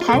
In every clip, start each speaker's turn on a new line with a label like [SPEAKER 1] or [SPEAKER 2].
[SPEAKER 1] 台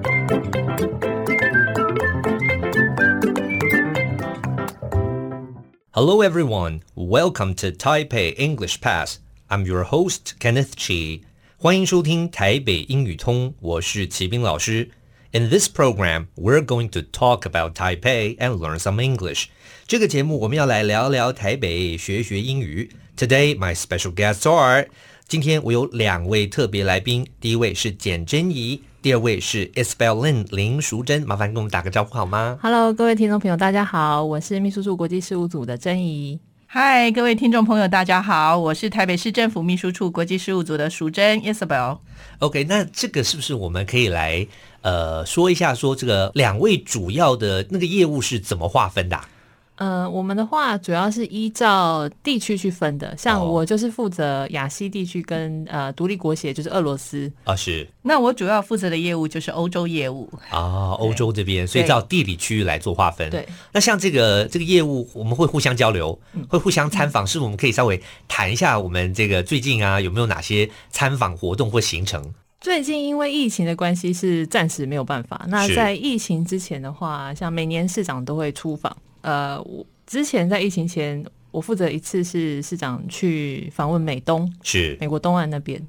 [SPEAKER 2] Hello, everyone. Welcome to Taipei English Pass. I'm your host Kenneth Chi. 欢迎收听台北英语通，我是齐斌老师。In this program, we're going to talk about Taipei and learn some English. 这个节目我们要来聊聊台北，学学英语。Today, my special guests are. 今天我有两位特别来宾，第一位是简真怡，第二位是 Isabel Lin 林淑珍。麻烦跟我们打个招呼好吗？
[SPEAKER 3] Hello，各位听众朋友，大家好，我是秘书处国际事务组的珍怡。
[SPEAKER 4] 嗨，各位听众朋友，大家好，我是台北市政府秘书处国际事务组的淑珍 Isabel。
[SPEAKER 2] OK，那这个是不是我们可以来呃说一下，说这个两位主要的那个业务是怎么划分的啊、
[SPEAKER 3] 呃，我们的话主要是依照地区去分的，像
[SPEAKER 2] 哦
[SPEAKER 3] 我就是负责亚西地区跟呃独立国协，就是俄罗斯。
[SPEAKER 2] 啊？是
[SPEAKER 4] 那我主要负责的业务就是欧洲业务，
[SPEAKER 2] 啊，欧洲这边，所以
[SPEAKER 4] 对
[SPEAKER 2] 照地理区域来做划分。
[SPEAKER 3] 对，
[SPEAKER 2] 那像这个这个业务，我们会互相交流，
[SPEAKER 4] 嗯
[SPEAKER 2] 会互相参访，是不是我们可以稍微谈一下我们这个最近啊有没有哪些参访活动或行程？
[SPEAKER 3] 最近因为疫情的关系是暂时没有办法。那
[SPEAKER 2] 是
[SPEAKER 3] 在疫情之前的话，像每年市长都会出访。呃，我之前在疫情前，我负责一次是市长去访问美东，
[SPEAKER 2] 是
[SPEAKER 3] 美国东岸那边。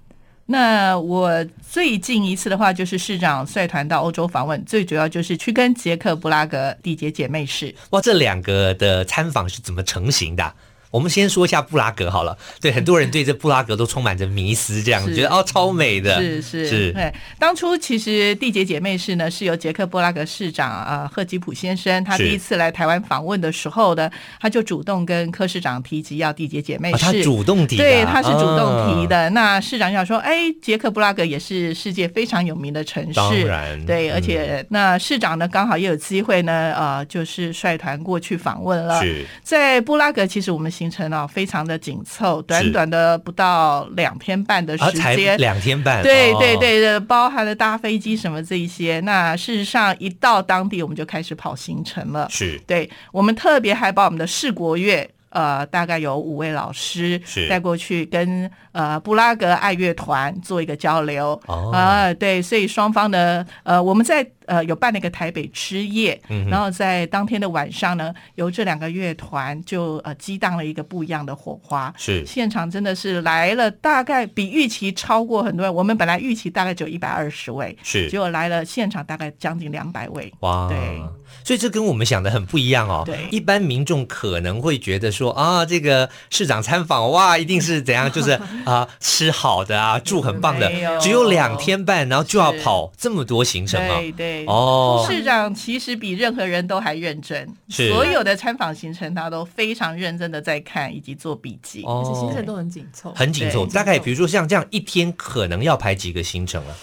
[SPEAKER 4] 那我最近一次的话，就是市长率团到欧洲访问，最主要就是去跟捷克布拉格缔结姐妹市。
[SPEAKER 2] 哇，这两个的参访是怎么成型的啊、我们先说一下布拉格好了。对，很多人对这布拉格都充满着迷思，这样
[SPEAKER 4] 是
[SPEAKER 2] 觉得哦超美的，
[SPEAKER 4] 是是
[SPEAKER 2] 是
[SPEAKER 4] 对。当初其实缔结姐妹市呢，是由捷克布拉格市长呃赫吉普先生他
[SPEAKER 2] 是
[SPEAKER 4] 第一次来台湾访问的时候呢，他就主动跟柯市长提及要缔结姐妹
[SPEAKER 2] 啊，
[SPEAKER 4] 市。
[SPEAKER 2] 他主动提的啊，
[SPEAKER 4] 对，他是主动提
[SPEAKER 2] 啊。
[SPEAKER 4] 的。那市长要说，哎，捷克布拉格也是世界非常有名的城市，
[SPEAKER 2] 当然
[SPEAKER 4] 对，
[SPEAKER 2] 嗯
[SPEAKER 4] 而且那市长呢刚好也有机会呢，呃，就是率团过去访问了。
[SPEAKER 2] 嗯是
[SPEAKER 4] 在布拉格，其实我们行程啊非常的紧凑，短
[SPEAKER 2] 是
[SPEAKER 4] 短的不到两天半的
[SPEAKER 2] 啊，
[SPEAKER 4] 时
[SPEAKER 2] 才
[SPEAKER 4] 间，
[SPEAKER 2] 两天半，
[SPEAKER 4] 对
[SPEAKER 2] 哦
[SPEAKER 4] 对，对呃包含了搭飞机什么这一些。那事实上，一到当地我们就开始跑行程了。
[SPEAKER 2] 是
[SPEAKER 4] 对我们特别还把我们的世国乐。呃，大概有五位老师
[SPEAKER 2] 是
[SPEAKER 4] 带过去跟呃布拉格爱乐团做一个交流啊、
[SPEAKER 2] 哦
[SPEAKER 4] 对，所以双方呢，呃，我们在呃有办了一个台北之夜，
[SPEAKER 2] 嗯哼
[SPEAKER 4] 然后在当天的晚上呢，由这两个乐团就呃激荡了一个不一样的火花，
[SPEAKER 2] 是
[SPEAKER 4] 现场真的是来了，大概比预期超过很多人。我们本来预期大概只有一百二十位，
[SPEAKER 2] 是
[SPEAKER 4] 结果来了现场大概将近两百位。
[SPEAKER 2] 哇，
[SPEAKER 4] 对
[SPEAKER 2] 所以这跟我们想的很不一样哦。
[SPEAKER 4] 对
[SPEAKER 2] 一般民众可能会觉得说啊，这个市长参访哇，一定是怎样， 就是啊、吃好的啊，住很棒的
[SPEAKER 4] 没，有
[SPEAKER 2] 只有两天半，然后就要
[SPEAKER 4] 是
[SPEAKER 2] 跑这么多行程啊。
[SPEAKER 4] 对对，
[SPEAKER 2] 哦，
[SPEAKER 4] 市长其实比任何人都还认真，
[SPEAKER 2] 是
[SPEAKER 4] 所有的参访行程他都非常认真的在看以及做笔记。
[SPEAKER 3] 而且行程
[SPEAKER 2] 哦，
[SPEAKER 3] 都很紧凑，
[SPEAKER 2] 很紧凑，
[SPEAKER 4] 对
[SPEAKER 2] 大概比如说像这样一天可能要排几个行程啊？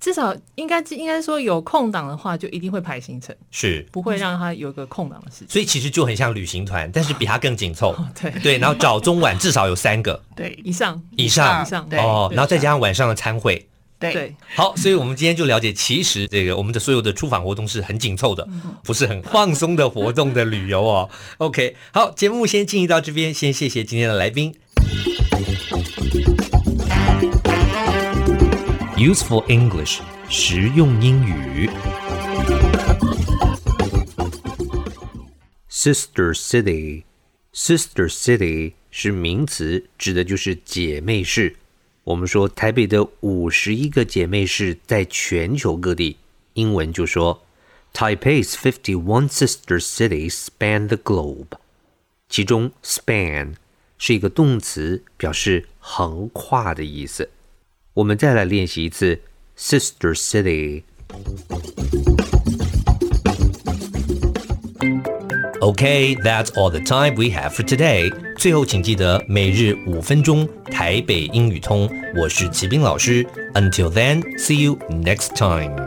[SPEAKER 3] 至少应该应该说有空档的话，就一定会排行程，
[SPEAKER 2] 是，
[SPEAKER 3] 不会让他有一个空档的时间。
[SPEAKER 2] 所以其实就很像旅行团，但是比它更紧凑。
[SPEAKER 4] 哦
[SPEAKER 3] 对，
[SPEAKER 2] 对，然后早中晚至少有三个
[SPEAKER 4] 对
[SPEAKER 3] 以上
[SPEAKER 2] 以上
[SPEAKER 3] 以上
[SPEAKER 4] 对
[SPEAKER 2] 哦，然后再加上晚上的餐会，
[SPEAKER 4] 对
[SPEAKER 3] 对，
[SPEAKER 2] 好，所以我们今天就了解，其实这个我们的所有的出访活动是很紧凑的，
[SPEAKER 4] 嗯
[SPEAKER 2] 不是很放松的活动的旅游哦。OK，好，节目先进行到这边，先谢谢今天的来宾。Useful English，实用英语。Sister City，Sister City 是名词，指的就是姐妹市。我们说台北的五十一个姐妹市在全球各地，英文就说 Taipei's fifty-one sister cities span the globe。其中 span 是一个动词，表示横跨的意思。我们再来练习一次 sister city。Okay, that's all the time we have for today. 最后，请记得每日五分钟台北英语通。我是齐斌老师。Until then, see you next time.